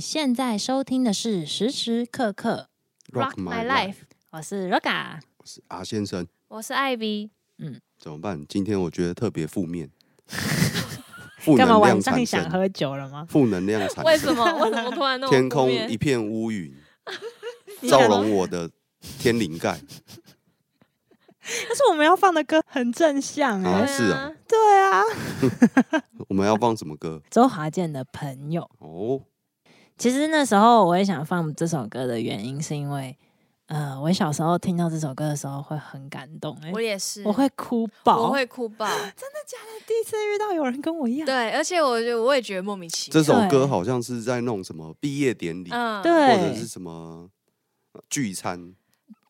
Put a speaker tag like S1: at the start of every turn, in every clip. S1: 现在收听的是时时刻刻
S2: Rock My Life，
S1: 我是 Roga，
S2: 我是阿啊先生，
S3: 我是艾比，
S2: 怎么办？今天我觉得特别 负面，负
S1: 干嘛
S2: 能
S1: 晚
S2: 量
S1: 上
S2: 产
S1: 想
S2: 生，
S1: 喝酒了吗？
S2: 负能量 产
S3: 为什
S2: 生，
S3: 么？为什么突然那么
S2: 天
S3: 负
S2: 空
S3: 面
S2: 一片乌云，
S1: 你
S2: 罩
S1: 想
S2: 笼我的天灵盖。
S1: 但是我们要放的歌很正向
S2: 啊
S1: 哎、
S3: 对
S2: 是哦
S1: 对啊，
S2: 我们要放什么歌？
S1: 周华健的朋友。
S2: 哦，
S1: 其实那时候我也想放这首歌的原因，是因为呃，我小时候听到这首歌的时候会很感动哎、
S3: 啊我也是，
S1: 我会哭爆，
S3: 我会哭 爆，
S1: 第一次遇到有人跟我一样，
S3: 对，而且我就我也觉得莫名其
S2: 这首
S3: 妙，
S1: 对
S2: 歌好像是在弄什么毕业典礼，
S3: 嗯，
S1: 对
S2: 或者是啊什么呃聚餐。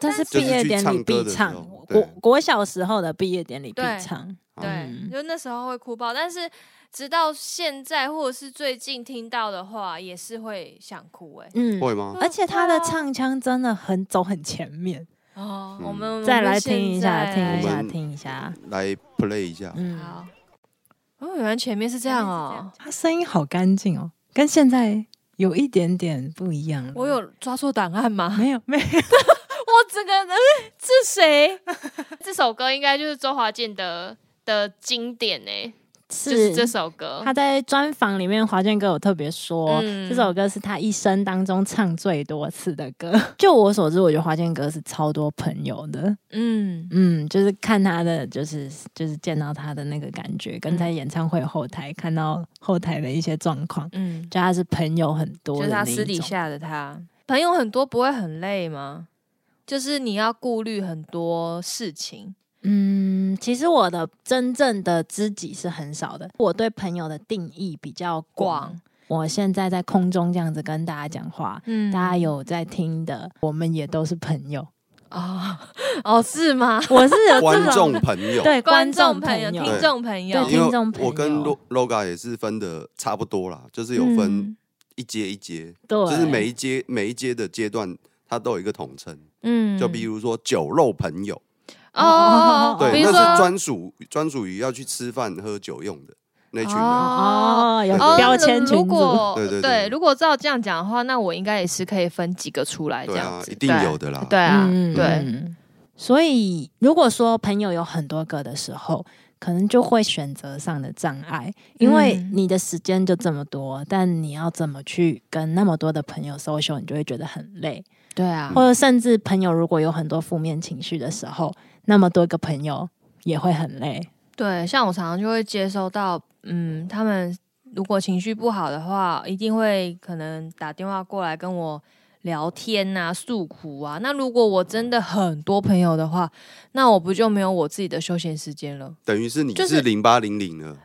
S1: 这是
S2: 就是
S1: 毕业
S2: 去
S1: 典礼
S2: 唱歌
S1: 必
S2: 的时
S1: 唱
S2: 候，
S1: 国
S2: 对
S1: 国小时候的毕业典礼必
S3: 对
S1: 唱。嗯
S3: 对，就那时候会哭爆，但是直到现在或者是最近听到的话，也是会想哭哎。
S1: 嗯，
S2: 会吗？
S1: 而且他的
S3: 会啊
S1: 唱腔真的很走很前面。
S3: 哦，
S2: 嗯
S3: 我们
S1: 再来听一下，听一
S2: 我
S3: 嗯
S1: 下，
S2: 们
S1: 听一下。
S2: 来 play 一下，
S1: 嗯，
S3: 好，哦，原来前面是这样哦，
S1: 他声音好干净哦，跟现在有一点点不一样了。
S3: 我有抓错档案吗？
S1: 没有？没有，
S3: 我整个人是 谁？这首歌应该就是周华健的的经典欸呢、就是这
S1: 是
S3: 首歌。
S1: 他在专访里面，华健哥有特别说，
S3: 嗯
S1: 这首歌是他一生当中唱最多次的歌。 就我所知，我觉得华健哥是超多朋友的。
S3: 嗯，
S1: 嗯，就是看他的，就是就是见到他的那个感觉，跟
S3: 嗯
S1: 在演唱会后台看到后台的一些状况，
S3: 嗯，
S1: 就他是朋友很多
S3: 就
S1: 的
S3: 是
S1: 那
S3: 他
S1: 一
S3: 私底
S1: 种
S3: 下的他，朋友很多，不会很累吗？就是你要顾虑很多事情。
S1: 嗯，其实我的真正的知己是很少的，我对朋友的定义比较广
S3: 广。
S1: 我现在在空中这样子跟大家讲话，
S3: 嗯
S1: 大家有在听的，我们也都是朋友。
S3: 哦哦是吗？
S1: 我是有
S2: 观
S1: 这种
S2: 众朋友，
S1: 对
S3: 观众
S1: 众
S3: 朋友、
S1: 友，
S3: 听众朋友
S1: 对，
S2: 因
S1: 听
S2: 为
S1: 众朋友
S2: 我跟 Lo- Loga 也是分的差不多啦，就是有分
S3: 嗯
S2: 一阶一阶，
S1: 对，
S2: 就是每一阶每一阶的阶段，它都有一个统称。
S3: 嗯
S2: 就比如说酒肉朋友，
S1: 哦
S3: 哦，比
S2: 对，
S3: 如
S2: 那是
S3: 说
S2: 专属专属于要去吃饭喝酒用的那群人。
S3: 哦
S1: 哦有
S3: 哦，
S1: 标签
S3: 如
S1: 群组，
S3: 果
S2: 对对对
S3: 如果照这样讲的话，那我应该也是可以分几个出来这
S2: 对
S3: 样
S2: 啊，
S3: 子，
S2: 一定
S3: 对
S2: 有的啦。
S3: 对啊，
S1: 嗯
S3: 对，
S1: 嗯所以，如果说朋友有很多个的时候，可能就会选择上的障碍，因为
S3: 嗯
S1: 你的时间就这么多，但你要怎么去跟那么多的朋友 social，你就会觉得很累，
S3: 对啊
S2: 嗯
S1: 或者甚至朋友如果有很多负面情绪的时候，那么多个朋友也会很累。
S3: 对，像我常常就会接收到，嗯，他们如果情绪不好的话，一定会可能打电话过来跟我聊天啊、诉苦啊。那如果我真的很多朋友的话，那我不就没有我自己的休闲时间了？
S2: 等于是你
S3: 就是
S2: 是零八零零了，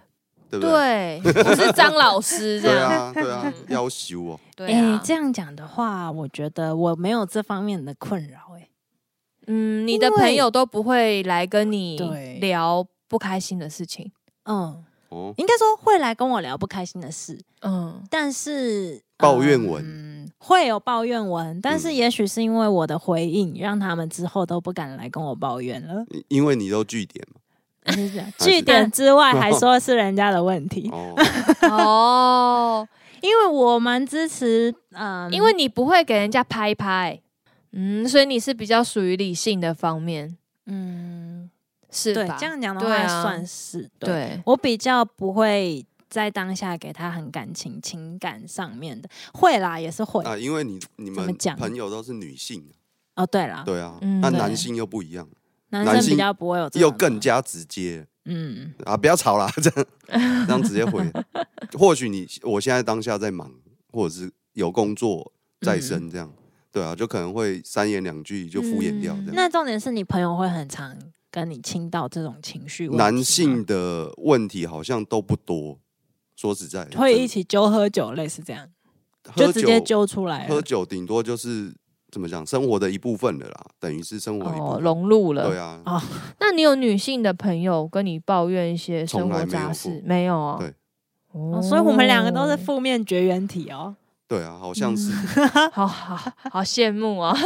S2: 对不对？
S3: 对，我是张老师这
S2: 对
S3: 样，
S2: 啊，对啊，要求哦，
S3: 对
S1: 哎、
S3: 啊，
S1: 这样讲的话，我觉得我没有这方面的困扰、哎，
S3: 嗯，你的
S1: 因为
S3: 朋友都不会来跟你
S1: 对
S3: 聊不开心的事情，
S1: 嗯，
S2: 哦，
S1: 应该说会来跟我聊不开心的事，
S3: 嗯
S1: 但是
S2: 抱怨文
S1: 嗯，会有抱怨文，但是
S2: 嗯
S1: 也许是因为我的回应，让他们之后都不敢来跟我抱怨 了。
S2: 因因为你都据点嘛。
S1: 就是这样
S2: 还是
S1: 据点之外， 还说是人家的问题，
S2: 哦，
S3: 哦，
S1: 因为我蛮支持，嗯，
S3: 因为你不会给人家拍拍，嗯，所以你是比较属于理性的方面，
S1: 嗯，
S3: 是
S1: 对，
S3: 吧？
S1: 这样讲的
S3: 对
S1: 话
S3: 啊
S1: 算是对
S3: 对，
S1: 我比较不会。在当下给他很感情、情感上面的，会啦，也是会。
S2: 啊，因为你你
S1: 怎么
S2: 们
S1: 讲
S2: 朋友都是女性，
S1: 哦，对啦，
S2: 对啊
S3: 嗯，
S2: 那
S1: 对
S2: 男性又不一样，
S1: 男
S2: 男
S1: 生比
S2: 性
S1: 较不会有这种，
S2: 又更加直接
S1: 嗯，
S2: 啊！不要吵啦，这 样这样直接回。或许你我现在当下在忙，或者是有工作
S1: 嗯
S2: 在身，这样、对啊，就可能会三言两句就敷衍掉这样。
S1: 嗯那重点是你朋友会很常跟你倾到这种情绪问题吗，
S2: 男性的问题好像都不多，说实在的，
S1: 会
S2: 真的
S1: 一起揪喝酒，类似这样，
S2: 喝
S1: 就直接
S2: 酒，
S1: 揪出来了
S2: 喝酒顶多就是怎么讲，生活的一部分了啦，等于是生活的一部
S3: 哦，
S2: 分。
S3: 融入了。
S2: 对啊，
S1: 啊
S3: 那你有女性的朋友跟你抱怨一些生
S2: 从来没
S3: 活
S2: 有
S3: 杂
S2: 过
S3: 事没有哦？
S2: 对
S3: 哦
S1: 哦所以我们两个都是负面绝缘体哦。
S2: 对啊，好像是。嗯
S3: 好好好羡慕哦。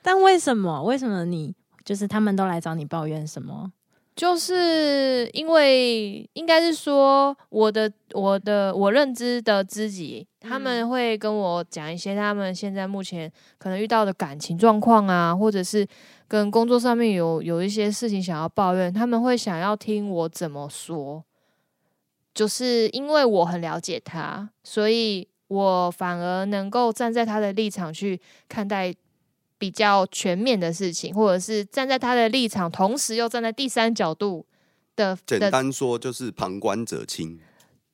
S1: 但为什么？为什么你就是他们都来找你抱怨什么？
S3: 就是因为应该是说我的我的我认知的知己他们会跟我讲一些他们现在目前可能遇到的感情状况啊，或者是跟工作上面有有一些事情想要抱怨，他们会想要听我怎么说。就是因为我很了解他，所以我反而能够站在他的立场去看待比较全面的事情，或者是站在他的立场，同时又站在第三角度的
S2: 简
S3: 的
S2: 单说就是旁观者清，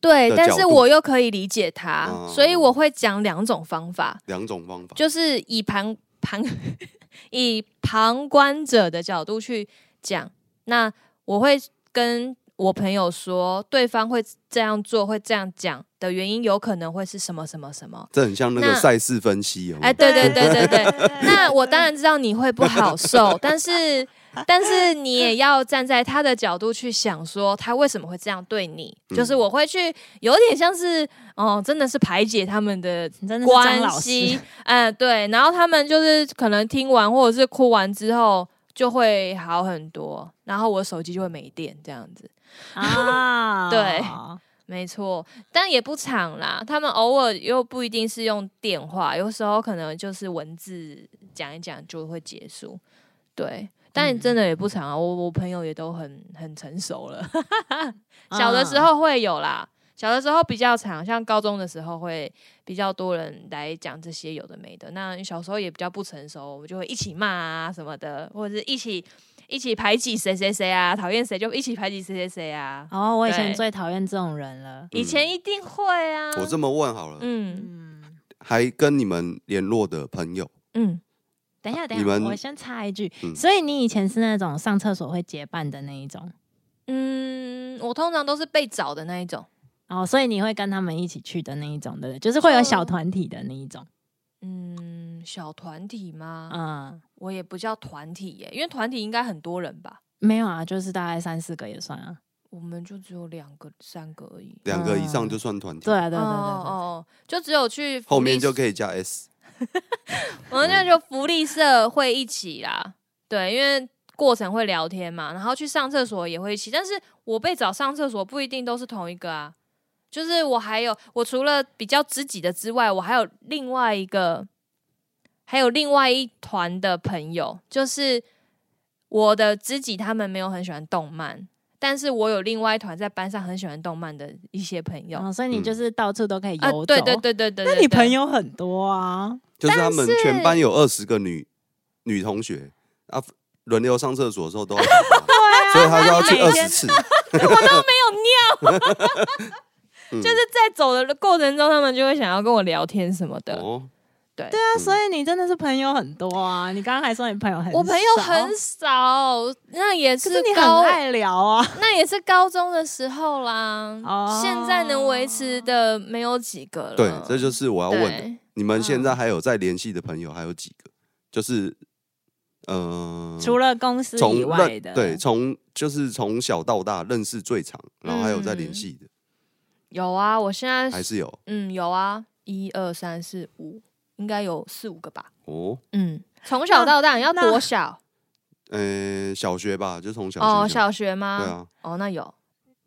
S3: 对，
S2: 的
S3: 但
S2: 角
S3: 是
S2: 度
S3: 我又可以理解他，
S2: 嗯
S3: 所以我会讲两种方法，
S2: 两种方法。
S3: 就是以旁旁 以旁观者的角度去讲。那我会跟我朋友说，对方会这样做，会这样讲的原因，有可能会是什么什么什么。
S2: 这很像那个
S3: 那
S2: 赛事分析哦。
S3: 哎，对对 对对对，那我当然知道你会不好受，但是但是你也要站在他的角度去想，说他为什么会这样对你。就是
S2: 嗯
S3: 我会去有点像是哦，真的是排解他们的
S1: 你真的是张
S3: 关
S1: 老师
S3: 系，，哎，对。然后他们就是可能听完或者是哭完之后就会好很多，然后我手机就会没电这样子。
S1: 啊，
S3: 对没错，但也不长啦。他们偶尔又不一定是用电话，有时候可能就是文字讲一讲就会结束。对，但
S1: 嗯
S3: 真的也不长啊。我我朋友也都很很成熟了，小的
S2: 嗯
S3: 时候会有啦，小的时候比较长，像高中的时候会比较多人来讲这些有的没的。那小时候也比较不成熟，我们就会一起骂啊什么的，或者是一起一起排挤谁谁谁啊，讨厌谁就一起排挤谁谁谁啊。
S1: 哦，我以前
S3: 对
S1: 最讨厌这种人了。
S3: 以前一定会啊，
S2: 我这么问好了，
S3: 嗯
S1: 嗯，
S2: 还跟你们联络的朋友，
S3: 嗯，
S1: 等一下，等
S2: 你
S1: 一
S2: 们
S1: 下，我先插一句，
S2: 嗯
S1: 所以你以前是那种上厕所会结伴的那一种
S3: 嗯，我通常都是被找的那一种。
S1: 哦，所以你会跟他们一起去的那一种，对不对？就是会有小团体的那一种，
S3: 嗯，小团体吗？
S1: 嗯，
S3: 我也不叫团体耶，因为团体应该很多人吧。
S1: 没有啊，就是大概三四个也算啊，
S3: 我们就只有两个、三个而已。
S2: 两个以上
S1: 嗯
S2: 就算团体，
S1: 对啊，对对对
S3: 哦
S1: 对
S3: 哦，就只有去
S2: 后面就
S3: 以，
S2: 可以加 S。
S3: 我们那嗯就福利社会一起啦。对，因为过程会聊天嘛，然后去上厕所也会一起。但是我被找上厕所不一定都是同一个啊，就是我还有我除了比较知己的之外，我还有另外一个，还有另外一团的朋友，就是我的知己他们没有很喜欢动漫，但是我有另外一团在班上很喜欢动漫的一些朋
S1: 对，
S3: 友。
S1: 哦，所以你
S2: 嗯
S1: 就是到处都可以
S3: 啊
S1: 游，走，
S3: 对对对对对，
S1: 那
S3: 对
S1: 你
S3: 对
S1: 朋友很多啊，
S2: 就是他们全班有二十个女女同学啊，轮流上厕所的时候都要讲话，所以他就要去二
S3: 每
S2: 十
S3: 天
S2: 次。 嗯
S3: 就是在走的过程中，他们就会想要跟我聊天什么的。
S2: 哦，
S3: 对，
S1: 那啊
S2: 嗯
S1: 所以你真的是朋友很多啊，你刚刚还说你朋友很，
S3: 我朋友很。欸少，那也
S1: 可是你
S3: 高
S1: 很，爱聊啊，
S2: 嗯
S3: 那也是高中的时候啦。
S1: 哦
S3: 现在能维持的没有几个了。
S2: 对，这就是我要问的。
S3: 嗯对
S2: 你们现在还有在联系的朋友还有几个？就是，呃，
S1: 除了公司
S2: 从
S1: 以外的，
S2: 认对，从就是从小到大认识最长，然后还有在联
S3: 嗯
S2: 系的，
S3: 有啊，我现在
S2: 还是有
S3: 嗯有啊，一二三四五，应该有四五个吧。
S2: 哦。
S3: 嗯，从小到大，你要多小？
S2: 呃，小学吧，就从小学
S3: 哦，
S2: 就
S3: 小学吗？
S2: 对啊，
S3: 哦，那有，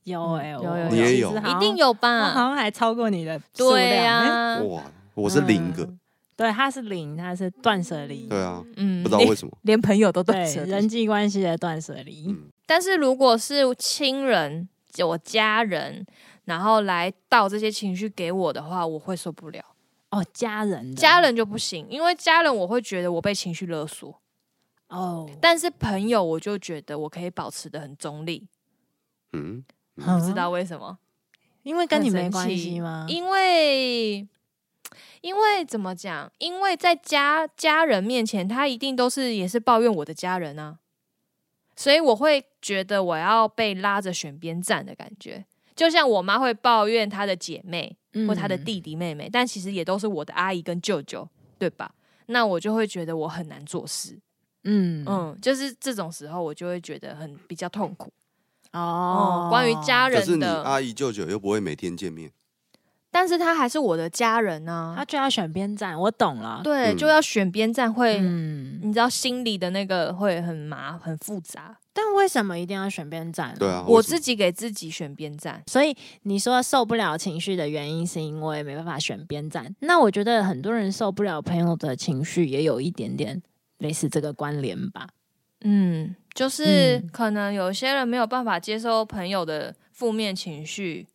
S1: 有哎、
S3: 嗯有
S1: 我
S3: 有
S1: 我
S3: 有
S1: 其
S2: 你也
S1: 实
S2: 有
S1: 好
S3: 一
S1: 像
S3: 定有
S1: 我好
S3: 吧？
S1: 像还超过你的数量
S3: 对呀、
S1: 欸
S2: 哇，我是零个，
S1: 嗯对，他是零，他是断舍离，
S2: 对啊，
S3: 嗯，
S2: 不知道为什 么，
S3: 连朋友都断
S1: 对，人际关系的断舍离，
S2: 嗯，
S3: 但是如果是亲人，就我家人，然后来倒这些情绪给我的话，我会受不了。
S1: 哦，家人的，
S3: 家人就不行，因为家人我会觉得我被情绪勒索，
S1: 哦，
S3: 但是朋友我就觉得我可以保持的很中立，
S2: 嗯，
S1: 不
S3: 不知道为什么，
S1: 因为跟你没关
S3: 很生
S1: 系
S3: 气
S1: 吗？
S3: 因为。因为怎么讲？因为在家家人面前，他一定都是也是抱怨我的家人啊，所以我会觉得我要被拉着选边站的感觉。就像我妈会抱怨她的姐妹，或他的
S1: 嗯
S3: 弟弟妹妹，但其实也都是我的阿姨跟舅舅，对吧？那我就会觉得我很难做事，
S1: 嗯
S3: 嗯，就是这种时候我就会觉得很比较痛苦。
S1: 哦
S3: 哦，关于家
S2: 可是
S3: 人
S2: 你啊
S3: 的，
S2: 阿姨舅舅又不会每天见面，
S3: 但是他还是我的家人
S1: 他
S3: 啊。
S1: 就要选边站，我懂了。
S3: 对，
S2: 嗯
S3: 就要选边站会，
S1: 嗯，
S3: 你知道心里的那个会很麻很复杂。
S1: 但为什么一定要选边站？
S2: 对。啊，
S3: 嗯我
S2: 自
S3: 自己给自己选边站，
S1: 所以你说受不了情绪的原因是因为没办法选边站，那我觉得很多人受不了朋友的情绪也有一点点类似这个关联吧。
S3: 嗯，就是
S1: 嗯
S3: 可能有些人没有办法接受朋友的负面情绪，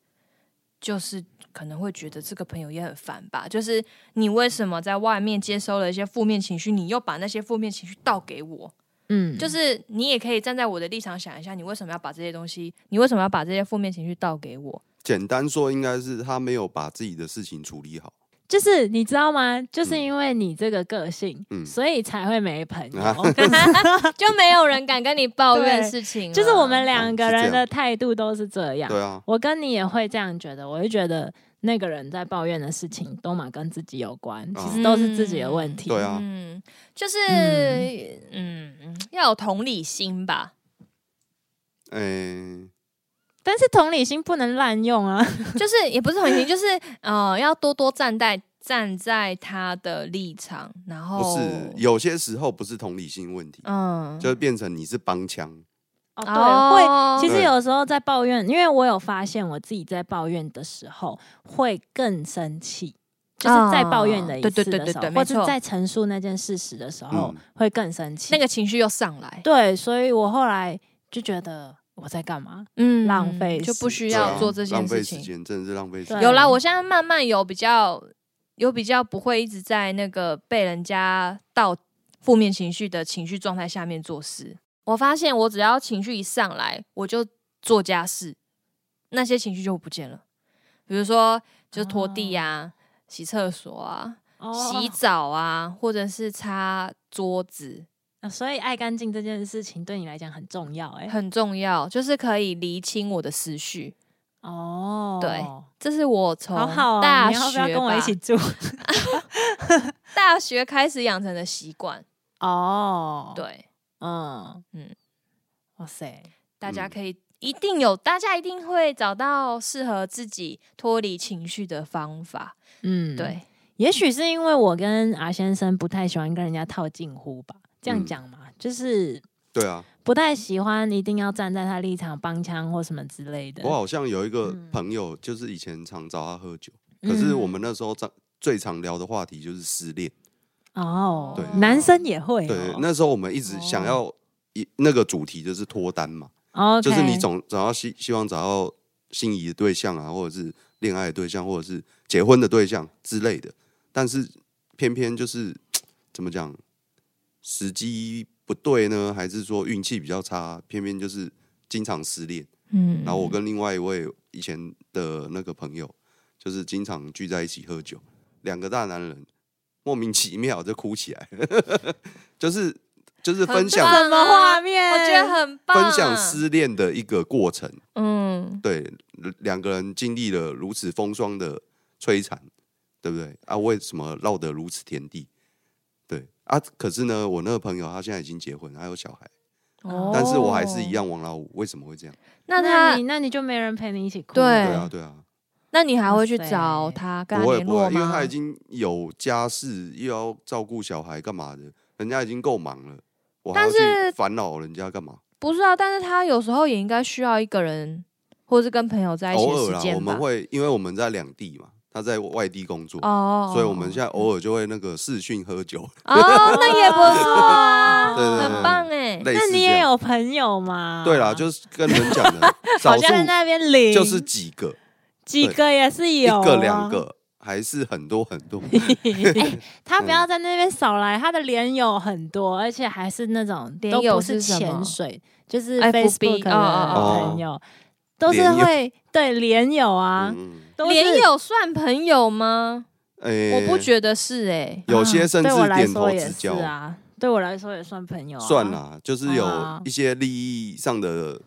S3: 就是可能会觉得这个朋友也很烦吧。就是你为什么在外面接收了一些负面情绪，你又把那些负面情绪倒给我？
S1: 嗯，
S3: 就是是你也可以站在我的立场想一下，你为什么要把这些东西，你为什么要把这些负面情绪倒给我？
S2: 简单说，应该是他没有把自己的事情处理好。
S1: 就是你知道吗？就是
S2: 嗯
S1: 因为你这个个性，
S2: 嗯
S1: 所以才会没 朋友。
S2: 啊
S3: 就没有人敢跟你抱怨
S1: 对
S3: 事情了，
S1: 就是我们两
S2: 嗯
S1: 个
S2: 是这
S1: 人
S2: 样
S1: 的态度都是这样。
S2: 对啊，
S1: 我跟你也会这样觉得，我就觉得那个人在抱怨的事情都嘛跟自己有关，其实都是自己的问题。
S2: 嗯对啊，
S3: 嗯，就是嗯要有同理心吧。
S2: 嗯、
S1: 但是同理心不能滥用啊。
S3: 就是也不是同理心，就是呃，要多多站在站在他的立场，然后
S2: 不是，有些时候不是同理心问题，
S3: 哦嗯，
S2: 就变成你是帮腔。
S1: 哦，对，会。
S3: 哦
S1: 其实
S2: 对
S1: 有时候在抱怨，因为我有发现我自己在抱怨的时候会更生气，就是在抱怨的一
S3: 哦对对
S1: 次
S3: 对
S1: 的
S3: 对
S1: 时候
S3: 对，没
S1: 或者
S3: 错
S1: 在陈述那件事实的时候
S2: 嗯
S1: 会更生气。
S3: 那个情绪又上来，
S1: 对，所以我后来就觉得我在干嘛？
S3: 嗯
S1: 浪费
S3: 就不需
S2: 对
S3: 要
S2: 啊
S3: 做这件
S2: 浪
S3: 事
S2: 费时
S3: 情。
S2: 间，真的是浪费时
S1: 对
S2: 间。
S3: 有啦，我现在慢慢有比较有比较不会一直在那个被人家到负面情绪的情绪状态下面做事。我发现我只要情绪一上来，我就做家事，那些情绪就不见了。比如说，就拖地呀、洗厕所啊、
S1: 啊哦
S3: 洗澡啊，或者是擦桌子，
S1: 啊所以爱干净这件事情对你来讲很重要、欸，哎，
S3: 很重要，就是可以厘清我的思绪。
S1: 哦，
S3: 对这是我从
S1: 好好、啊，
S3: 大
S1: 你
S3: 学
S1: 要不要跟我一
S3: 吧
S1: 起住？
S3: 大学开始养成的习惯。
S1: 哦，，
S3: 对，
S1: 嗯嗯
S3: 嗯，
S1: 哇塞，
S3: 大家
S2: 嗯
S3: 可以、一定有，大家一定会找到适合自己脱离情绪的方法。
S1: 嗯，
S3: 对，
S1: 也许是因为我跟阿先生不太喜欢跟人家套近乎吧，这样
S2: 嗯
S1: 讲嘛，就是
S2: 对啊，
S1: 不太喜欢一定要站在他立场帮腔或什么之类的。
S2: 我好像有一个
S3: 嗯
S2: 朋友，就是以前常找他喝酒，
S1: 嗯
S2: 可是我们那时候常最常聊的话题就是失恋。
S1: 哦，
S2: 对
S1: 男生也会、哦，
S2: 对，那时候我们一直想要一那个主题就是脱单嘛，
S1: o
S2: 就是你总找到希希望找到心仪的对象啊，或者是恋爱的对象，或者是结婚的对象之类的。但是偏偏就是怎么讲，时机不对呢，还是说运气比较差？偏偏就是经常失恋。
S3: 嗯
S2: 然后我跟另外一位以前的那个朋友，就是经常聚在一起喝酒，两个大男人莫名其妙就哭起来， 就是就是分享
S3: 很棒啊
S1: 什么画面？
S3: 我觉得很棒，啊
S2: 分享，失恋的一个过程，
S3: 嗯，
S2: 对，两个人经历了如此风霜的摧残，对不对？啊，为什么落得如此田地？对啊，可是呢，我那个朋友他现在已经结婚，还有小孩，
S1: 哦
S2: 但是我还是一。样王老五，为什么会这样？
S3: 哦那
S1: 那
S3: 他
S1: 你，那你就没人陪你一起哭，
S3: 对
S2: 对啊，对啊，
S3: 那你还会去
S1: 哇塞
S3: 找他跟
S2: 不
S3: 他
S2: 会
S3: 联
S2: 不会
S3: 络，
S2: 因为
S3: 吗
S2: 他已？经有家室，又要照顾小孩，干嘛的？人家已经够忙了，我还要去
S3: 但是
S2: 烦恼人家干嘛？
S3: 不是啊，但是他有时候也应该需要一个人，或是跟朋友在一起
S2: 偶
S3: 的
S2: 尔
S3: 时
S2: 啦，
S3: 间吧。
S2: 我们会因为我们在两地嘛，他在外地工作，
S3: 哦，
S2: 所以我们
S1: 嗯
S2: 现在偶尔就会那个视讯喝酒，
S3: 哦，那 也不 错啊，
S2: 对嗯对对
S3: 很棒哎。
S2: 类
S1: 那
S2: 似
S1: 你
S2: 这
S1: 也
S2: 样。
S1: 有朋友嘛？
S2: 对啦，就是跟人讲 的少
S1: 好
S2: 数
S1: 像在那边领，
S2: 就是几个，
S1: 几个也是
S2: 一
S1: 有、啊，
S2: 个两。个，还是很多很多。
S1: 他不
S2: 嗯
S1: 要在那边少来，他的连友很多，而且还是那种
S3: 连
S1: 都不
S3: 友
S1: 是
S3: 是什么
S1: 潜水，就是
S3: FB
S1: Facebook
S3: 哦哦
S1: 的
S2: 哦
S1: 朋友，都是会对连友 啊，
S2: 嗯，
S1: 都是
S3: 连友算朋友吗？
S2: 呃诶
S3: 我不觉得是哎、
S2: 嗯有些甚至
S1: 啊对我来
S2: 点头
S1: 说也
S2: 之
S1: 是
S2: 交，
S1: 啊，对我来说也算朋友、啊，
S2: 算。啦，就是
S1: 啊
S2: 有一些利益上的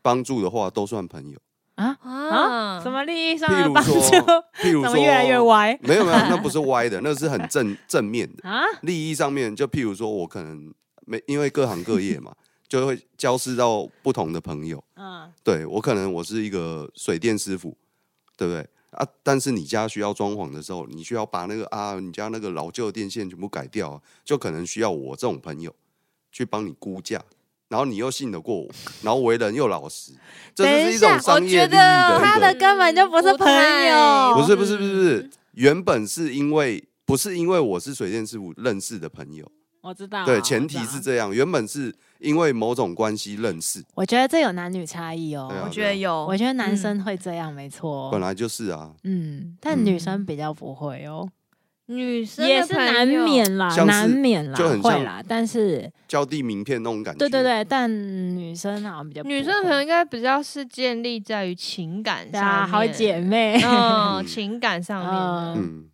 S2: 帮助的话，都算朋友。
S1: 啊
S3: 啊，
S1: 什么利益上
S2: 譬
S1: 的
S2: 如
S1: 帮助？
S2: 说，譬如
S1: 怎
S2: 说，
S1: 么越来越歪
S2: 没有没有，那不是歪的，那是很正正面的。
S1: 啊？
S2: 利益上面，就譬如说我可能没，因为各行各业嘛，就会交识到不同的朋友。
S1: 嗯，
S2: 对我可能我是一个水电师傅，对不对？啊，但是你家需要装潢的时候，你需要把那个啊，你家那个老旧的电线全部改掉、啊，就可能需要我这种朋友去帮你估价，然后你又信得过我，然后为人又老实，这
S1: 等一
S2: 就是一种
S1: 下
S2: 商业
S3: 我觉
S2: 利益
S3: 得
S2: 的
S1: 他
S2: 一
S1: 的嗯
S2: 个。
S1: 根本就不是朋友，
S2: 不是不是不是不是，原本是因为不是因为我是水电师傅认识的朋友，
S1: 我知道。
S2: 对，前提是这样，原本是因为某种关系认识，
S1: 我觉得这有男女差异哦
S2: 对。啊
S3: 我觉得有，
S1: 我觉得男
S3: 嗯
S1: 生会这样，没错。
S2: 本来就是啊，
S1: 嗯，但女生比较不会哦，
S3: 女生的
S1: 也是
S3: 朋友
S1: 难，免啦，
S2: 像是
S1: 难免啦
S2: 就很，像
S1: 会啦。但是，
S2: 交递名片那种感觉，
S1: 对对，对，但女生好像比较不会
S3: 女生的朋友应该比较是建立在于情感
S1: 对
S3: 上
S1: 啊，
S3: 面，
S1: 好姐妹，
S3: 嗯，情感上面的，
S1: 嗯，
S2: 嗯，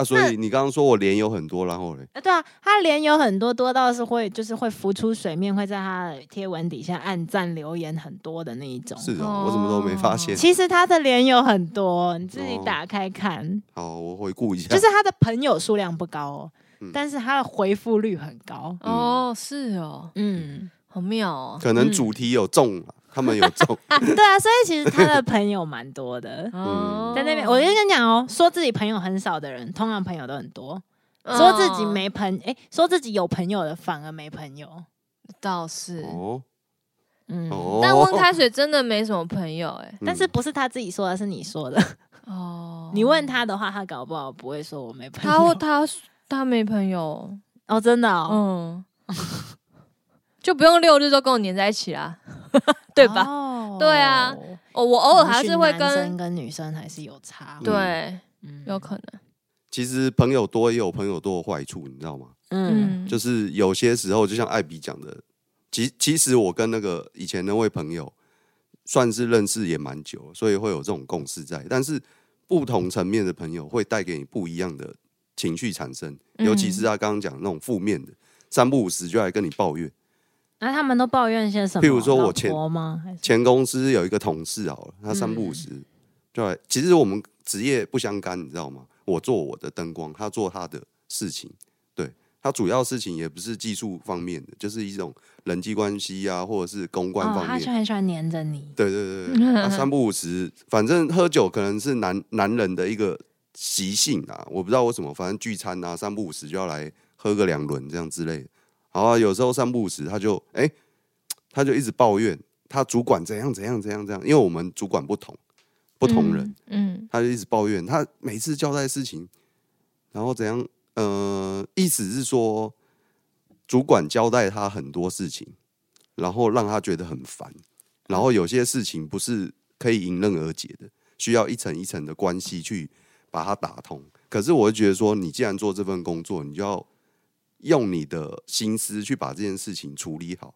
S2: 啊，所以你刚刚说我脸有很多，然后嘞，
S1: 啊 对啊，她脸有很多多到是会就是会浮出水面，会在她的贴文底下按赞留言很多的那一种。
S2: 是哦，我怎么都没发现，
S1: 其实她的脸有很多，你自己
S2: 哦
S1: 打开看，
S2: 好，我回顾一下，
S1: 就是她的朋友数量不高哦，
S2: 嗯
S1: 但是她的回复率很高。
S3: 哦，是哦，
S1: 嗯，
S3: 好妙哦，。
S2: 可能主题有中啊，他们有 中，
S1: 啊，对啊，所以其实她的朋友蛮多的
S3: 哦
S1: 在那边，我就跟你讲哦，说自己朋友很少的人，通常朋友都很多；说自己没朋，哎、说自己有朋友的反而没朋友。
S3: 嗯倒是，
S2: 哦，
S1: 嗯，
S2: 哦
S3: 但温开水真的没什么朋友哎，
S1: 但是
S2: 嗯
S1: 不是他自己说的，是你说的。
S3: 哦，
S1: 你问他的话，他搞不好不会说我没朋
S3: 他
S1: 友。
S3: 他他没朋友，
S1: 哦，真的哦，
S3: 嗯， 就不用六日都跟我黏在一起啦， 对吧？
S1: 哦
S3: 对啊， 哦，我偶尔还是会
S1: 也许男生
S3: 跟，
S1: 跟女生还是有差。
S3: 对，
S1: 嗯
S3: 有可能，
S2: 其实朋友多也有朋友多的坏处，你知道吗？
S1: 嗯
S3: 嗯，
S2: 就是有些时候，就像艾比讲的，其其实我跟那个以前那位朋友算是认识也蛮久，所以会有这种共识在。但是不同层面的朋友会带给你不一样的情绪产生，
S3: 嗯
S2: 尤其是他刚刚讲那种负面的，三不五时就来跟你抱怨。
S1: 那他们都抱怨些什么？
S2: 譬如说我
S1: 老
S2: 前
S1: 婆吗？还是
S2: 前公司有一个同事好了，他三
S1: 嗯
S2: 不五时就来。其实我们职业不相干，你知道吗？我做我的灯光，他做他的事情。对他主要事情也不是技术方面的，就是一种人际关系啊，或者是公关
S1: 哦，
S2: 方
S1: 他
S2: 面。
S1: 就很喜欢黏着你。
S2: 对对对对，他三不五时，反正喝酒可能是男男人的一个习性啊，我不知道为什么，反正聚餐啊，三不五时就要来喝个两轮这样之类的。然后有时候三不五时他就哎、他就一直抱怨他主管怎样怎样怎样怎样，因为我们主管不同不同人，
S3: 嗯，
S2: 他就一直抱怨，他每次交代事情，然后怎样？呃，意思是说，主管交代他很多事情，然后让他觉得很烦，然后有些事情不是可以迎刃而解的，需要一层一层的关系去把它打通。可是我就觉得说，你既然做这份工作，你就要用你的心思去把这件事情处理好，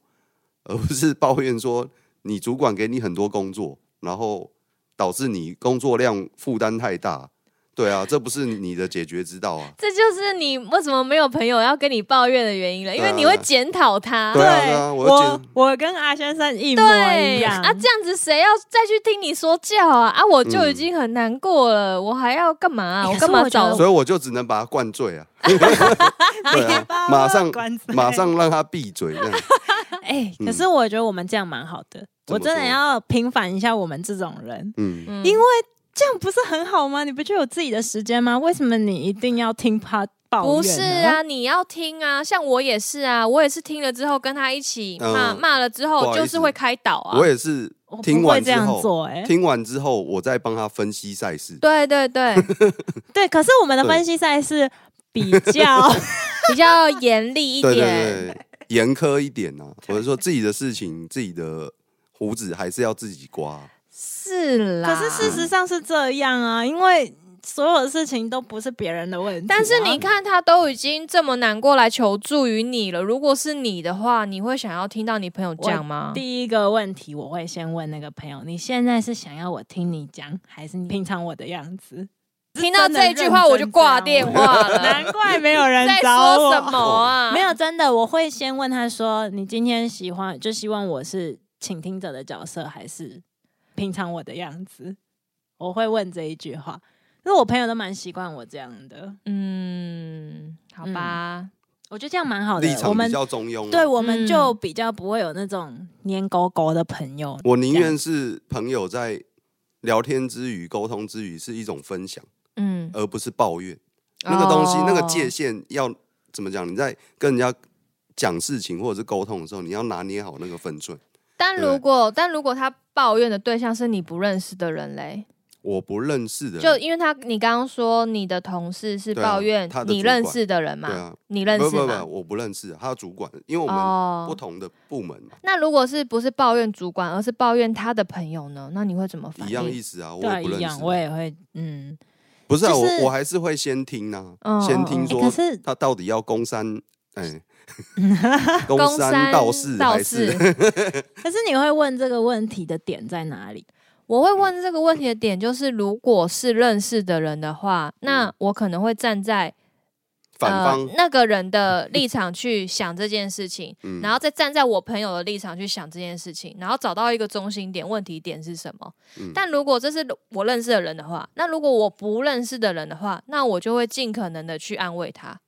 S2: 而不是抱怨说你主管给你很多工作，然后导致你工作量负担太大。对啊，这不是你的解决之道啊。
S3: 这就是你为什么没有朋友要跟你抱怨的原因了，因为
S2: 对啊
S3: 你会检讨他。
S2: 对啊对啊我要
S1: 我
S2: 见
S1: 我跟阿先生一模一
S3: 对
S1: 样
S3: 啊，这样子谁要再去听你说教啊？啊，我就
S2: 嗯
S3: 已经很难过了，我还要干嘛啊、
S1: 欸
S3: 我
S1: 可是
S3: 干嘛
S1: 我觉得
S3: 找
S2: 所以我就只能把他灌 醉啊，对 啊，马上马上让他闭嘴这样。
S1: 哎，
S2: 嗯
S1: 可是我觉得我们这样蛮好的，
S2: 怎么
S1: 我真的
S2: 说
S1: 要平反一下我们这种人，
S2: 嗯，
S3: 嗯
S1: 因为这样不是很好吗？你不就有自己的时间吗？为什么你一定要听他抱怨？
S3: 不是，啊，你要听啊，像我也是啊，我也是听了之后跟他一起骂，
S2: 嗯
S3: 骂、了之
S2: 不
S3: 后
S2: 好意
S3: 就
S2: 思
S3: 是会开导啊
S2: 我。也是
S1: 我
S2: 听
S1: 不会
S2: 完
S1: 这
S2: 之
S1: 样
S2: 后，
S1: 做哎、
S2: 听完之后我再帮他分析赛事。
S3: 对对 对，
S1: 对，可是我们的分析赛是比 较
S3: 比较严厉一
S2: 对对
S3: 点。
S2: 对，严苛一点 啊。我是说自己的事情，自己的胡子还是要自己刮啊。
S3: 是啦，
S1: 可是事实上是这样啊，因为所有的事情都不是别人的问题啊、
S3: 但是你看，他都已经这么难过来求助于你了。如果是你的话，你会想要听到你朋友讲吗？
S1: 第一个问题，我会先问那个朋友：你现在是想要我听你讲，还是你平常我的样子？
S3: 听到这一句话我就挂电话了。
S1: 难怪没有人
S3: 呃 在
S1: 找
S3: 说什
S1: 我。
S3: 么啊？
S1: 没有真的，我会先问他说：“你今天喜欢，就希望我是倾听者的角色，还是平常我的样子？”我会问这一句话，因为我朋友都蛮习惯我这样的，
S3: 嗯，好吧，
S1: 我觉得这样蛮好的
S2: 立。
S1: 我
S2: 场
S1: 们
S2: 比较中庸啊。
S1: 对，我们
S3: 嗯
S1: 就比较不会有那种黏狗狗的朋友。
S2: 我宁愿是朋友在聊天之余、沟通之余是一种分享，
S3: 嗯，
S2: 而不是抱怨。那个东西，那个界
S3: 哦
S2: 限要怎么讲？你在跟人家讲事情或者是沟通的时候，你要拿捏好那个分寸。
S3: 但
S2: 对
S3: 如果但如果他抱怨的对象是你不认识的人嘞，
S2: 我不认识的人，
S3: 就因为他你刚刚说你的同事是
S2: 对啊
S3: 抱怨
S2: 他的
S3: 你
S2: 主管
S3: 认识的人嘛，
S2: 对啊，
S3: 你认
S2: 不
S3: 识
S2: 不
S3: 吗？
S2: 不，我不认识啊他的主管，因为我们不
S3: 哦，
S2: 同的部门嘛，
S3: 那如果是不是抱怨主管，而是抱怨他的朋友呢？那你会怎么反
S2: 一样
S3: 应？
S2: 意思啊，我
S1: 对啊，
S2: 也
S1: 一
S2: 不认
S1: 样，
S2: 识。
S1: 我也会，嗯，
S2: 不是啊，
S1: 就
S2: 我
S1: 是
S2: 我还是会先听啊，
S3: 嗯
S2: 先
S3: 嗯
S2: 听
S1: 欸
S3: 嗯
S2: 说
S1: 可是
S2: 他到底要攻山， 哎，
S3: 公
S2: 攻山道士
S3: 道
S2: 还
S3: 士
S2: 是，
S1: 可是你会问这个问题的点在哪里？
S3: 我会问这个问题的点就是，如果是认识的人的话，那我可能会站在呃
S2: 反方
S3: 呃、？那个人的立场去想这件事情，
S2: 嗯
S3: 然后再站在我朋友的立场去想这件事情，然后找到一个中心点，问题点是什么。
S2: 嗯
S3: 但如果这是我认识的人的话，那如果我不认识的人的话，那我就会尽可能的去安慰他，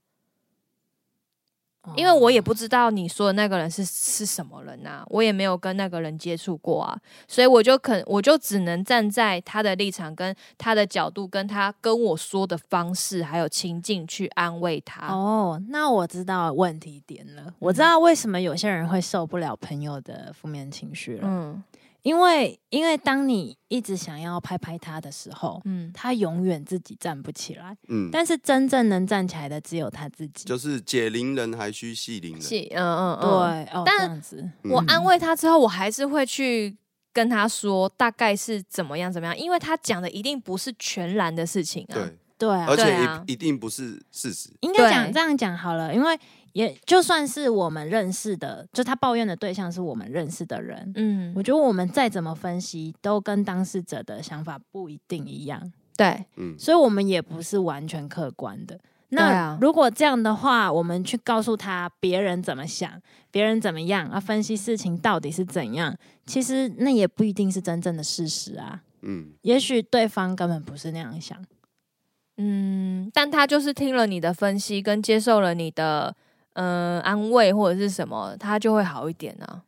S1: 哦
S3: 因为我也不知道你说的那个人是是什么人呐、我也没有跟那个人接触过啊，所以我就肯我就只能站在他的立场、跟他的角度、跟他跟我说的方式还有情境去安慰他。
S1: 哦，那我知道问题点
S3: 嗯
S1: 了，我知道为什么有些人会受不了朋友的负面情绪了，
S3: 嗯
S1: 因为因为当你一直想要拍拍他的时候，
S3: 嗯，
S1: 他永远自己站不起来，
S2: 嗯，
S1: 但是真正能站起来的只有他自己。
S2: 就是解铃人还需系铃人，
S3: 是嗯嗯
S1: 对
S3: 嗯，
S1: 哦，
S3: 但
S1: 这样子，
S3: 我
S2: 嗯
S3: 安慰他之后，我还是会去跟他说大概是怎么样怎么样，因为他讲的一定不是全然的事情啊。
S2: 对，
S1: 对啊
S2: 而，
S3: 对啊
S2: 且一一定不是事实。
S1: 应该
S3: 对
S1: 讲这样讲好了，因为也就算是我们认识的，就他抱怨的对象是我们认识的人，
S3: 嗯
S1: 我，觉得我们再怎么分析，都跟当事者的想法不一定一样，
S3: 对，
S2: 嗯，
S1: 所以我们也不是完全客观的。
S3: 对
S1: 那
S3: 啊
S1: 如果这样的话，我们去告诉他别人怎么想，别人怎么样啊，分析事情到底是怎样，其实那也不一定是真正的事实啊。
S2: 嗯，
S1: 也许对方根本不是那样想，
S3: 嗯，但他就是听了你的分析，跟接受了你的嗯、呃安慰或者是什么，他就会好一点啊。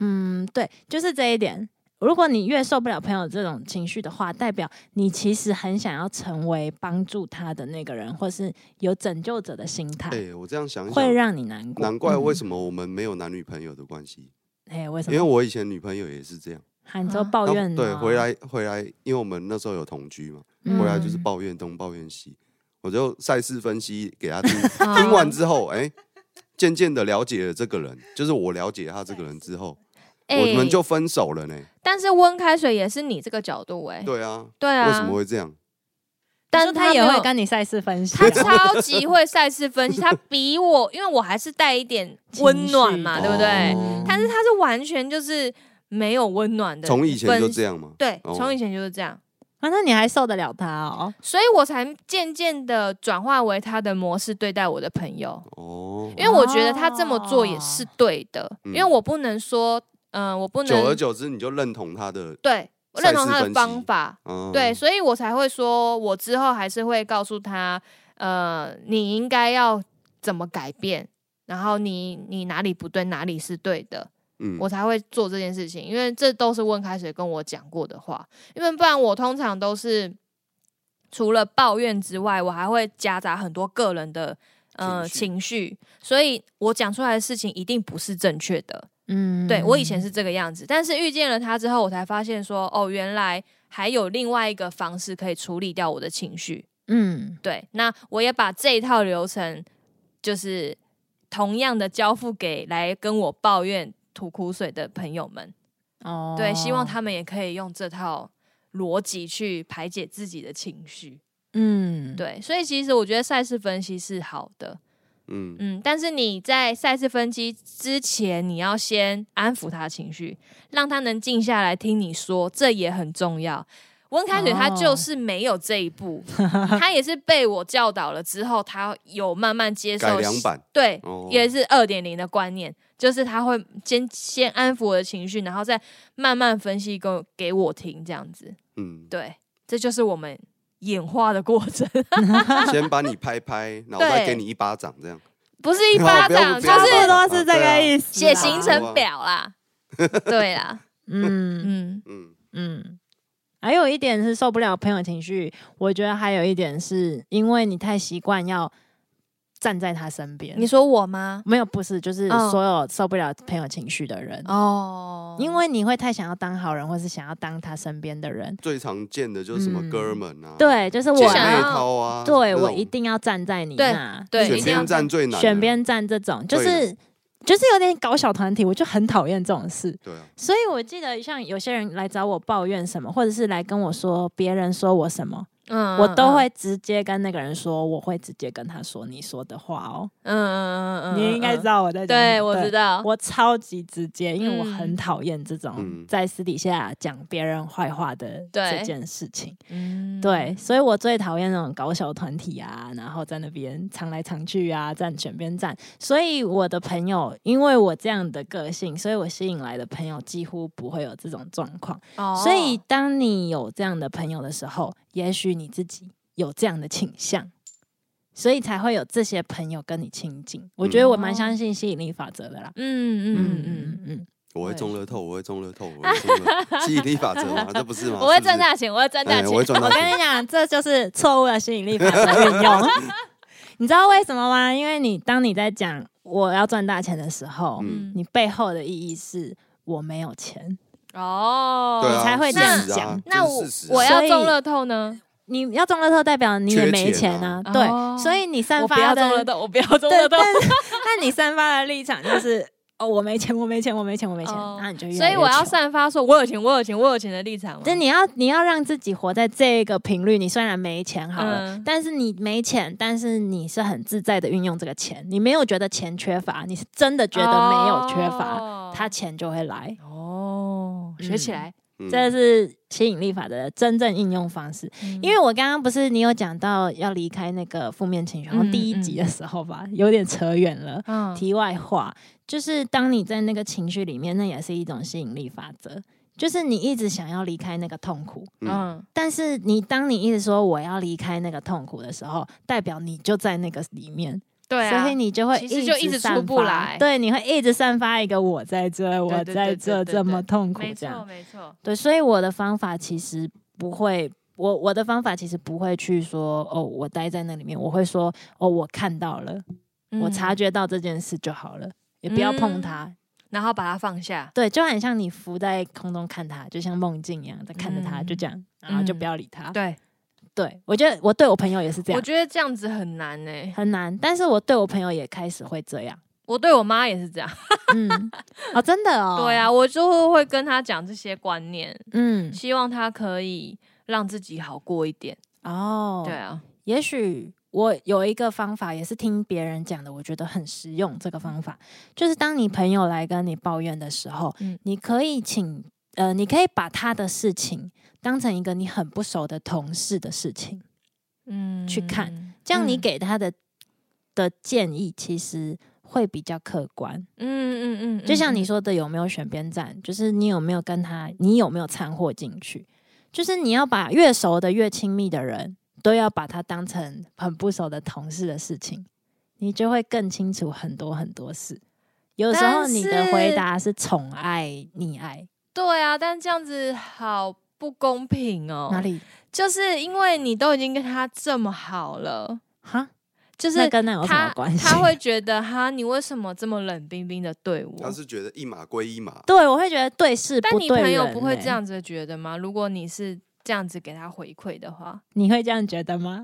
S1: 嗯，对，就是这一点。如果你越受不了朋友这种情绪的话，代表你其实很想要成为帮助他的那个人，或是有拯救者的心态，
S3: 啊
S2: 哎，我这样想一
S1: 会
S2: 想，
S1: 让你难过。
S2: 难怪
S3: 嗯
S2: 为什
S1: 么？
S2: 么我们没有男女朋友的关系，
S1: 哎、为什
S2: 因
S1: 么？
S2: 为我以前女朋友也是这样，
S1: 喊着
S2: 她
S1: 抱怨、啊
S2: 对，回，
S3: 啊
S2: 来回来，因为我们那时候有同居嘛，
S1: 嗯
S2: 回来就是抱怨东抱怨西，我就赛事分析给 他听，听完之后，哎，渐渐的了解了这个人，就是我了解他这个人之后，我们
S3: 哎
S2: 就分手了呢。
S3: 但是温开水也是你这个角度哎、
S2: 对啊，
S3: 对啊，
S2: 为什么会这样？
S1: 但
S3: 但
S1: 是他也
S3: 没
S1: 会
S3: 有
S1: 跟你赛事分析、
S3: 他超级会赛事分析，他比我，因为我还是带一点温暖 嘛，
S1: 情绪
S3: 对不对？
S2: 哦
S3: 但是他是完全就是没有温暖的分，
S2: 从以前就这样吗？
S3: 对，
S2: 哦
S3: 从以前就是这样，
S1: 啊，那你还受得了他哦？
S3: 所以我才渐渐的转化为他的模式对待我的朋友，
S2: 哦，
S3: 因为我觉得他这么做也是对的，
S2: 嗯
S3: 因为我不能说，嗯、我不
S2: 久而
S3: 能
S2: 久之你就认同他的，
S3: 对我认同
S2: 赛事
S3: 他
S2: 分
S3: 的
S2: 析
S3: 方法，
S2: 嗯，
S3: 对，所以我才会说，我之后还是会告诉他，呃，你应该要怎么改变，然后你你哪里不对，哪里是对的，
S2: 嗯
S3: 我才会做这件事情，因为这都是温开水跟我讲过的话，因为不然我通常都是除了抱怨之外，我还会夹杂很多个人的呃
S2: 情
S3: 情绪，所以我讲出来的事情一定不是正确的，
S1: 嗯，
S3: 对我以前是这个样子，但是遇见了他之后，我才发现说，哦，原来还有另外一个方式可以处理掉我的情绪。
S1: 嗯，
S3: 对，那我也把这一套流程，就是同样的交付给来跟我抱怨吐苦水的朋友们。
S1: 哦，
S3: 对，希望他们也可以用这套逻辑去排解自己的情绪。
S1: 嗯，
S3: 对，所以其实我觉得赛事分析是好的，
S2: 嗯
S3: 嗯，但是你在赛事分析之前，你要先安抚他的情绪，让他能静下来听你说，这也很重要。温开水他就
S1: 哦
S3: 是没有这一步，他也是被我教导了之后，他有慢慢接受
S2: 改良版
S3: 对，
S2: 哦
S3: 也是二点零的观念，就是他会先先安抚我的情绪，然后再慢慢分析给我给我听，这样子。
S2: 嗯，
S3: 对，这就是我们演化的过程，
S2: 先把你拍拍，然后再给
S3: 对
S2: 你一巴掌，这样
S3: 不是一巴掌，
S2: 不
S3: 就
S2: 要
S1: 差
S2: 不
S3: 是
S2: 要
S1: 不多是这个意思啦。
S3: 啊写 行程表啦。对啦，
S1: 嗯
S3: 嗯，
S2: 嗯，
S1: 嗯，还有一点是受不了朋友情绪，我觉得还有一点是因为你太习惯要站在他身边。
S3: 你说我吗？
S1: 没有不是，就是
S3: 嗯
S1: 所有受不了朋友情绪的人，
S3: 哦，
S1: 因为你会太想要当好人，或是想要当他身边的人。
S2: 最常见的就是什么
S1: 嗯
S2: 哥们啊，
S1: 对，就是
S3: 就
S1: 我
S2: 姐
S3: 想
S2: 妹
S3: 要
S2: 掏啊，
S1: 对
S2: 那
S1: 我
S2: 种
S1: 一定要站在你
S3: 对
S1: 那，
S3: 对一
S2: 选
S3: 定
S2: 边
S3: 要
S2: 站最难啊，
S1: 选边站这种，就
S2: 对
S1: 是就是有点搞小团体，我就很讨厌这种事。
S2: 对啊，
S1: 所以我记得像有些人来找我抱怨什么，或者是来跟我说别人说我什么，
S3: 嗯
S1: 我都会直接跟那个人说，我会直接跟他说你说的话哦。
S3: 嗯嗯嗯嗯嗯，
S1: 你应该知
S3: 道，
S1: 道我在讲什么，
S3: 对我知道，
S1: 我超级直接，因为我
S3: 嗯
S1: 很讨厌这种
S2: 嗯
S1: 在私底下讲别人坏话的
S3: 对
S1: 这件事情。
S3: 嗯
S1: 对，所以我最讨厌那种搞小团体啊，然后在那边藏来藏去啊，站选边站。所以我的朋友，因为我这样的个性，所以我吸引来的朋友几乎不会有这种状况。
S3: 哦
S1: 所以当你有这样的朋友的时候，也许你自己有这样的倾向，所以才会有这些朋友跟你亲近。我觉得我蛮相信吸引力法则的啦。
S3: 嗯
S1: 嗯
S3: 嗯嗯
S1: 嗯嗯，
S2: 我会
S1: 对
S2: 中乐透，我会中乐透，我会中乐吸引力法则嘛，这不是吗？
S3: 嗯，我会
S2: 是不是
S3: 赚大钱，我会赚大
S2: 哎
S3: 钱，
S2: 我会赚
S1: 我
S2: 大
S1: 跟
S2: 钱。
S1: 你讲，这就是错误的吸引力法则运 用。你知道为什么吗？因为你当你在讲我要赚大钱的时候，
S2: 嗯
S1: 你背后的意义是我没有钱。
S3: 哦，
S2: 对啊，
S1: 你才会这样
S2: 事实啊
S1: 讲
S2: 这
S3: 那
S2: 是
S3: 我
S2: 事实啊
S3: 我要
S1: 所以
S3: 中乐透呢？
S1: 你要中乐透，代表你也
S2: 缺
S1: 没
S2: 钱
S1: 钱啊，
S3: 啊
S1: 对，
S3: 哦
S1: 所以你散
S3: 我
S1: 发
S3: 不要
S1: 的
S3: 中乐透，我不要中
S1: 对，
S3: 乐透
S1: 但。那你散发的立场就是哦，我没钱，我没钱，我没钱，我没钱，
S3: 哦
S1: 那你就越
S3: 所
S1: 来
S3: 以
S1: 越
S3: 我要
S1: 穷。
S3: 散发说我有钱，我有钱，我有钱的立场吗。
S1: 就你要你要让自己活在这个频率，你虽然没钱好了，
S3: 嗯
S1: 但是你没钱，但是你是很自在的运用这个钱，你没有觉得钱缺乏，你是真的觉得没有缺乏，
S3: 哦
S1: 它钱就会来。
S3: 哦，学起来，
S2: 嗯
S1: 这是吸引力法则的真正应用方
S3: 嗯
S1: 式。因为我刚刚不是你有讲到要离开那个负面情绪，然后
S3: 嗯
S1: 第一集的时候吧，有点扯远了。
S3: 嗯
S1: 题外话，就是当你在那个情绪里面，那也是一种吸引力法则，就是你一直想要离开那个痛苦，
S3: 嗯
S1: 但是你当你一直说我要离开那个痛苦的时候，代表你就在那个里面，
S3: 对啊，
S1: 所以你就会
S3: 其实就一直出
S1: 散
S3: 不
S1: 发
S3: 来
S1: 对，你会一直散发一个我在这，我
S3: 对对
S1: 在
S3: 对
S1: 这
S3: 对对
S1: 这么痛苦
S3: 没
S1: 这样
S3: 错，没错，
S1: 对，所以我的方法其实不会，我我的方法其实不会去说哦，我待在那里面，我会说哦，我看到了，我
S3: 嗯
S1: 察，觉到这件事就好了，也不要碰它。
S3: 然后把它放下，
S1: 对，就很像你浮在空中看它，就像梦境一样在看着它，
S3: 嗯
S1: 就这样，然后就
S3: 嗯
S1: 不要理它。
S3: 对，
S1: 对我觉得我对我朋友也是这
S3: 我
S1: 样，
S3: 觉得这样子很难呢、
S1: 很难，但是我对我朋友也开始会这样。
S3: 我对我妈也是这样，
S1: 嗯，哦，真的哦，
S3: 对，啊，我就会跟她讲这些观念，
S1: 嗯，
S3: 希望她可以让自己好过一点。
S1: 哦，
S3: 对啊，
S1: 也许我有一个方法，也是听别人讲的，我觉得很实用。这个方法就是，当你朋友来跟你抱怨的时候，
S3: 嗯
S1: 你可以请呃，你可以把他的事情当成一个你很不熟的同事的事情，
S3: 嗯，
S1: 去看，这样你
S3: 嗯
S1: 给他的、的建议其实会比较客观。
S3: 嗯嗯嗯，
S1: 就像你
S3: 嗯，
S1: 说的，有没有选边站，就是你有没有跟他，你有没有掺和进去？就是你要把越熟的、越亲密的人，都要把他当成很不熟的同事的事情，你就会更清楚很多很多事。有时候
S3: 但
S1: 你的回
S3: 是
S1: 答是宠爱、溺爱，
S3: 对啊，但这样子好不公平哦、
S1: 哪？里
S3: 就是因为你都已经跟她这么好了，
S1: 哈？
S3: 就是
S1: 那跟那有什么
S3: 他
S1: 关系？，
S3: 他会觉得哈，你为什么这么冷冰冰的对我？
S2: 他是觉得一码归一码
S1: 对我会觉得对事
S3: 但
S1: 不
S3: 你
S1: 对
S3: 朋友
S1: 人
S3: 不会
S1: 欸
S3: 这，样子觉得吗？如果你是这样子给他回馈的话，
S1: 你会这样觉得吗？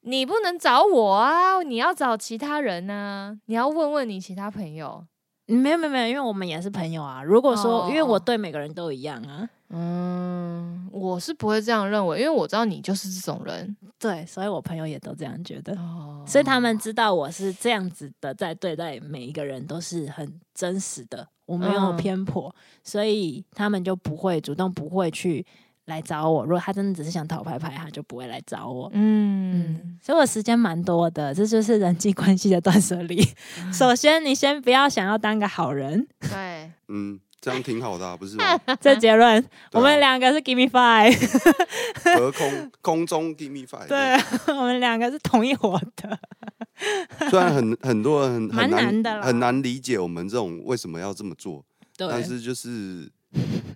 S3: 你不能找我啊，你要找其他人啊，你要问问你其他朋友。
S1: 嗯没有没有没有，因为我们也是朋友啊。如果说，
S3: 哦
S1: 因为我
S3: 哦
S1: 对每个人都一样啊，
S3: 嗯，我是不会这样认为，因为我知道你就是这种人
S1: 对，所以我朋友也都这样觉得。
S3: 哦
S1: 所以他们知道我是这样子的，在对待每一个人都是很真实的，我没有
S3: 嗯
S1: 偏颇，所以他们就不会主动不会去来找我。如果他真的只是想讨牌牌，他就不会来找我。
S3: 嗯
S1: 嗯，所以我时间蛮多的，这就是人际关系的断舍离。
S3: 嗯
S1: 首先，你先不要想要当个好人，
S3: 对，
S2: 嗯，这样挺好的啊，不是 吗？
S1: 这结论。我们
S2: 对啊
S1: 两个是 give me five，
S2: 隔空空中 give me five，
S1: 对，我们两个是同一伙的。
S2: 虽然很很多人很
S1: 蛮
S2: 很
S1: 难的啦
S2: 很难理解我们这种为什么要这么做，
S1: 对，
S2: 但是就是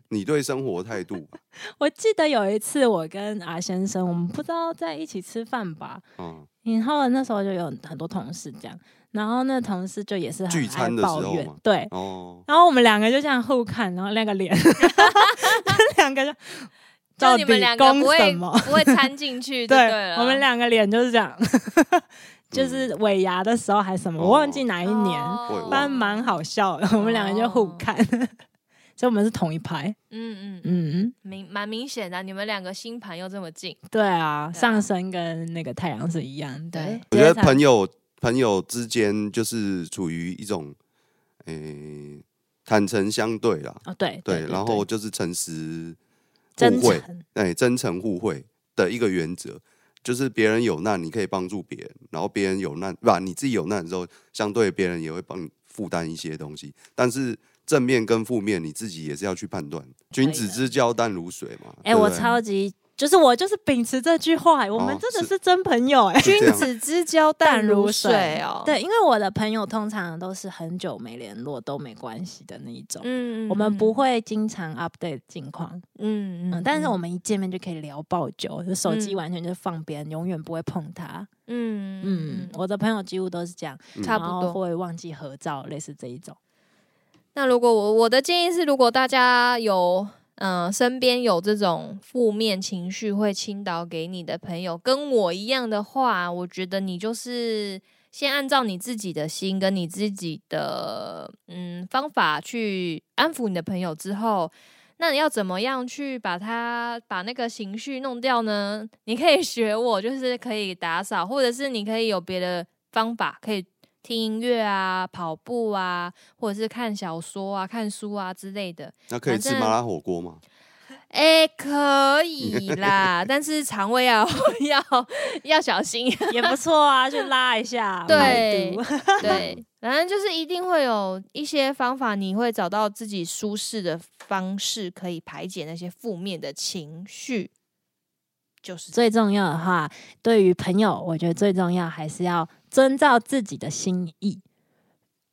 S2: 你对生活态度吧。
S1: 我记得有一次我跟阿先生，我们不知道在一起吃饭吧，
S2: 嗯，
S1: 然后那时候就有很多同事这样，然后那同事就也是很
S2: 聚餐
S1: 爱
S2: 的时
S1: 抱
S2: 候
S1: 怨
S2: 嘛，
S1: 对，
S2: 哦，
S1: 然后我们两个就这样互看，然后那个 脸，两个就
S3: 就
S1: 到
S3: 你们
S1: 底
S3: 两个
S1: 攻
S3: 不
S1: 什
S3: 会
S1: 么？
S3: 不会掺进去就
S1: 对
S3: 了，，
S1: 我们两个脸就是这样，
S2: 嗯
S1: 就是尾牙的时候还什么，我忘
S2: 哦
S1: 记哪一年，
S3: 哦
S2: 我也
S3: 嗯
S2: 忘
S1: 反正蛮好笑的。我们两个就互看， 所以我们是同一派。
S3: 嗯嗯嗯，
S1: 嗯，
S3: 明蛮明显的，你们两个星盘又这么近，
S1: 对啊，
S3: 对啊
S1: 上身跟那个太阳是一样的
S3: 对。
S2: 我觉得
S1: 直接才
S2: 朋友朋友之间就是处于一种，诶、坦诚相对啦，
S1: 哦，对
S2: 对，然后就是诚实
S1: 真
S2: 互惠，
S1: 诚，
S2: 哎、真诚互惠的一个原则，就是别人有难你可以帮助别人，然后别人有难，不、你自己有难的时候，相对别人也会帮你负担一些东西，但是。正面跟负面，你自己也是要去判断。君子之交淡如水嘛。
S1: 哎，
S2: 对不
S1: 我
S2: 对
S1: 超级。就是我就是秉持这句话，我们
S2: 哦
S1: 真的
S2: 是
S1: 是真朋友哎、
S2: 是这
S3: 君
S2: 样
S3: 子之交 淡如水哦。，
S1: 对，因为我的朋友通常都是很久没联络都没关系的那一种，
S3: 嗯，嗯
S1: 我们不，会经常 update 近况，
S3: 嗯
S1: 嗯，但是我，们一见面就可以聊爆久，就手机
S3: 嗯
S1: 完全就是放边，永远不会碰它。
S3: 嗯
S1: 嗯，我的朋友几乎都是这样，
S2: 嗯
S3: 差
S1: 然
S3: 不
S1: 后
S3: 多。
S1: 会忘记合照，类似这一种。
S3: 那如果我我的建议是，如果大家有嗯、呃身边有这种负面情绪会倾倒给你的朋友，跟我一样的话，我觉得你就是先按照你自己的心跟你自己的嗯方法去安抚你的朋友之后。那你要怎么样去把它把那个情绪弄掉呢？ 你可以学我，就是可以打扫，或者是你可以有别的方法，可以听音乐啊、跑步啊，或者是看小说啊、看书啊之类的。
S2: 那可以吃
S3: 反正
S2: 麻辣火锅吗？
S3: 哎、可以啦，但是肠胃要 要要小心。
S1: 也不错啊，去拉一下
S3: 对
S1: 排毒
S3: 对， 反正就是一定会有一些方法，你会找到自己舒适的方式，可以排解那些负面的情绪。就是这 样
S1: 最重要的话，对于朋友，我觉得最重要还是要遵照自己的心意。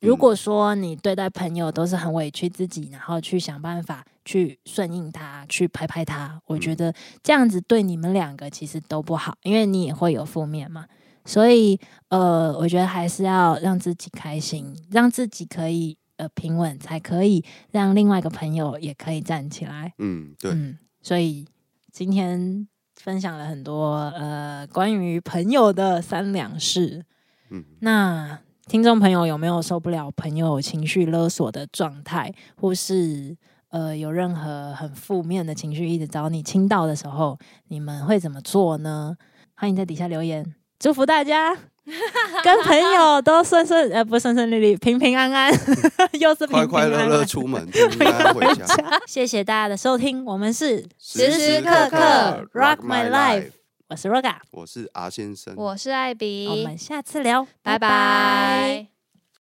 S1: 如
S2: 嗯
S1: 果说你对待朋友都是很委屈自己，然后去想办法去顺应他，去拍拍他，我觉得这样子对你们两个其实都不好，因为你也会有负面嘛。所以，呃，我觉得还是要让自己开心，让自己可以呃平稳，才可以让另外一个朋友也可以站起来。
S2: 嗯，对，
S1: 嗯，所以今天分享了很多呃关于朋友的三两事。
S2: 嗯
S1: 那听众朋友有没有受不了朋友情绪勒索的状态，或是呃有任何很负面的情绪一直找你倾倒的时候，你们会怎么做呢？欢迎在底下留言，祝福大家跟朋友都顺顺呃不顺顺利利，平平安安， 又是平平
S2: 快
S1: 安安
S2: 快乐乐出门，平平安安回家。
S1: 谢谢大家的收听，我们是
S2: 时
S3: 时刻刻
S1: rock my life，我是 Roga，
S2: 我是阿先生，
S3: 我是艾比，
S1: 我们下次聊，
S3: 拜拜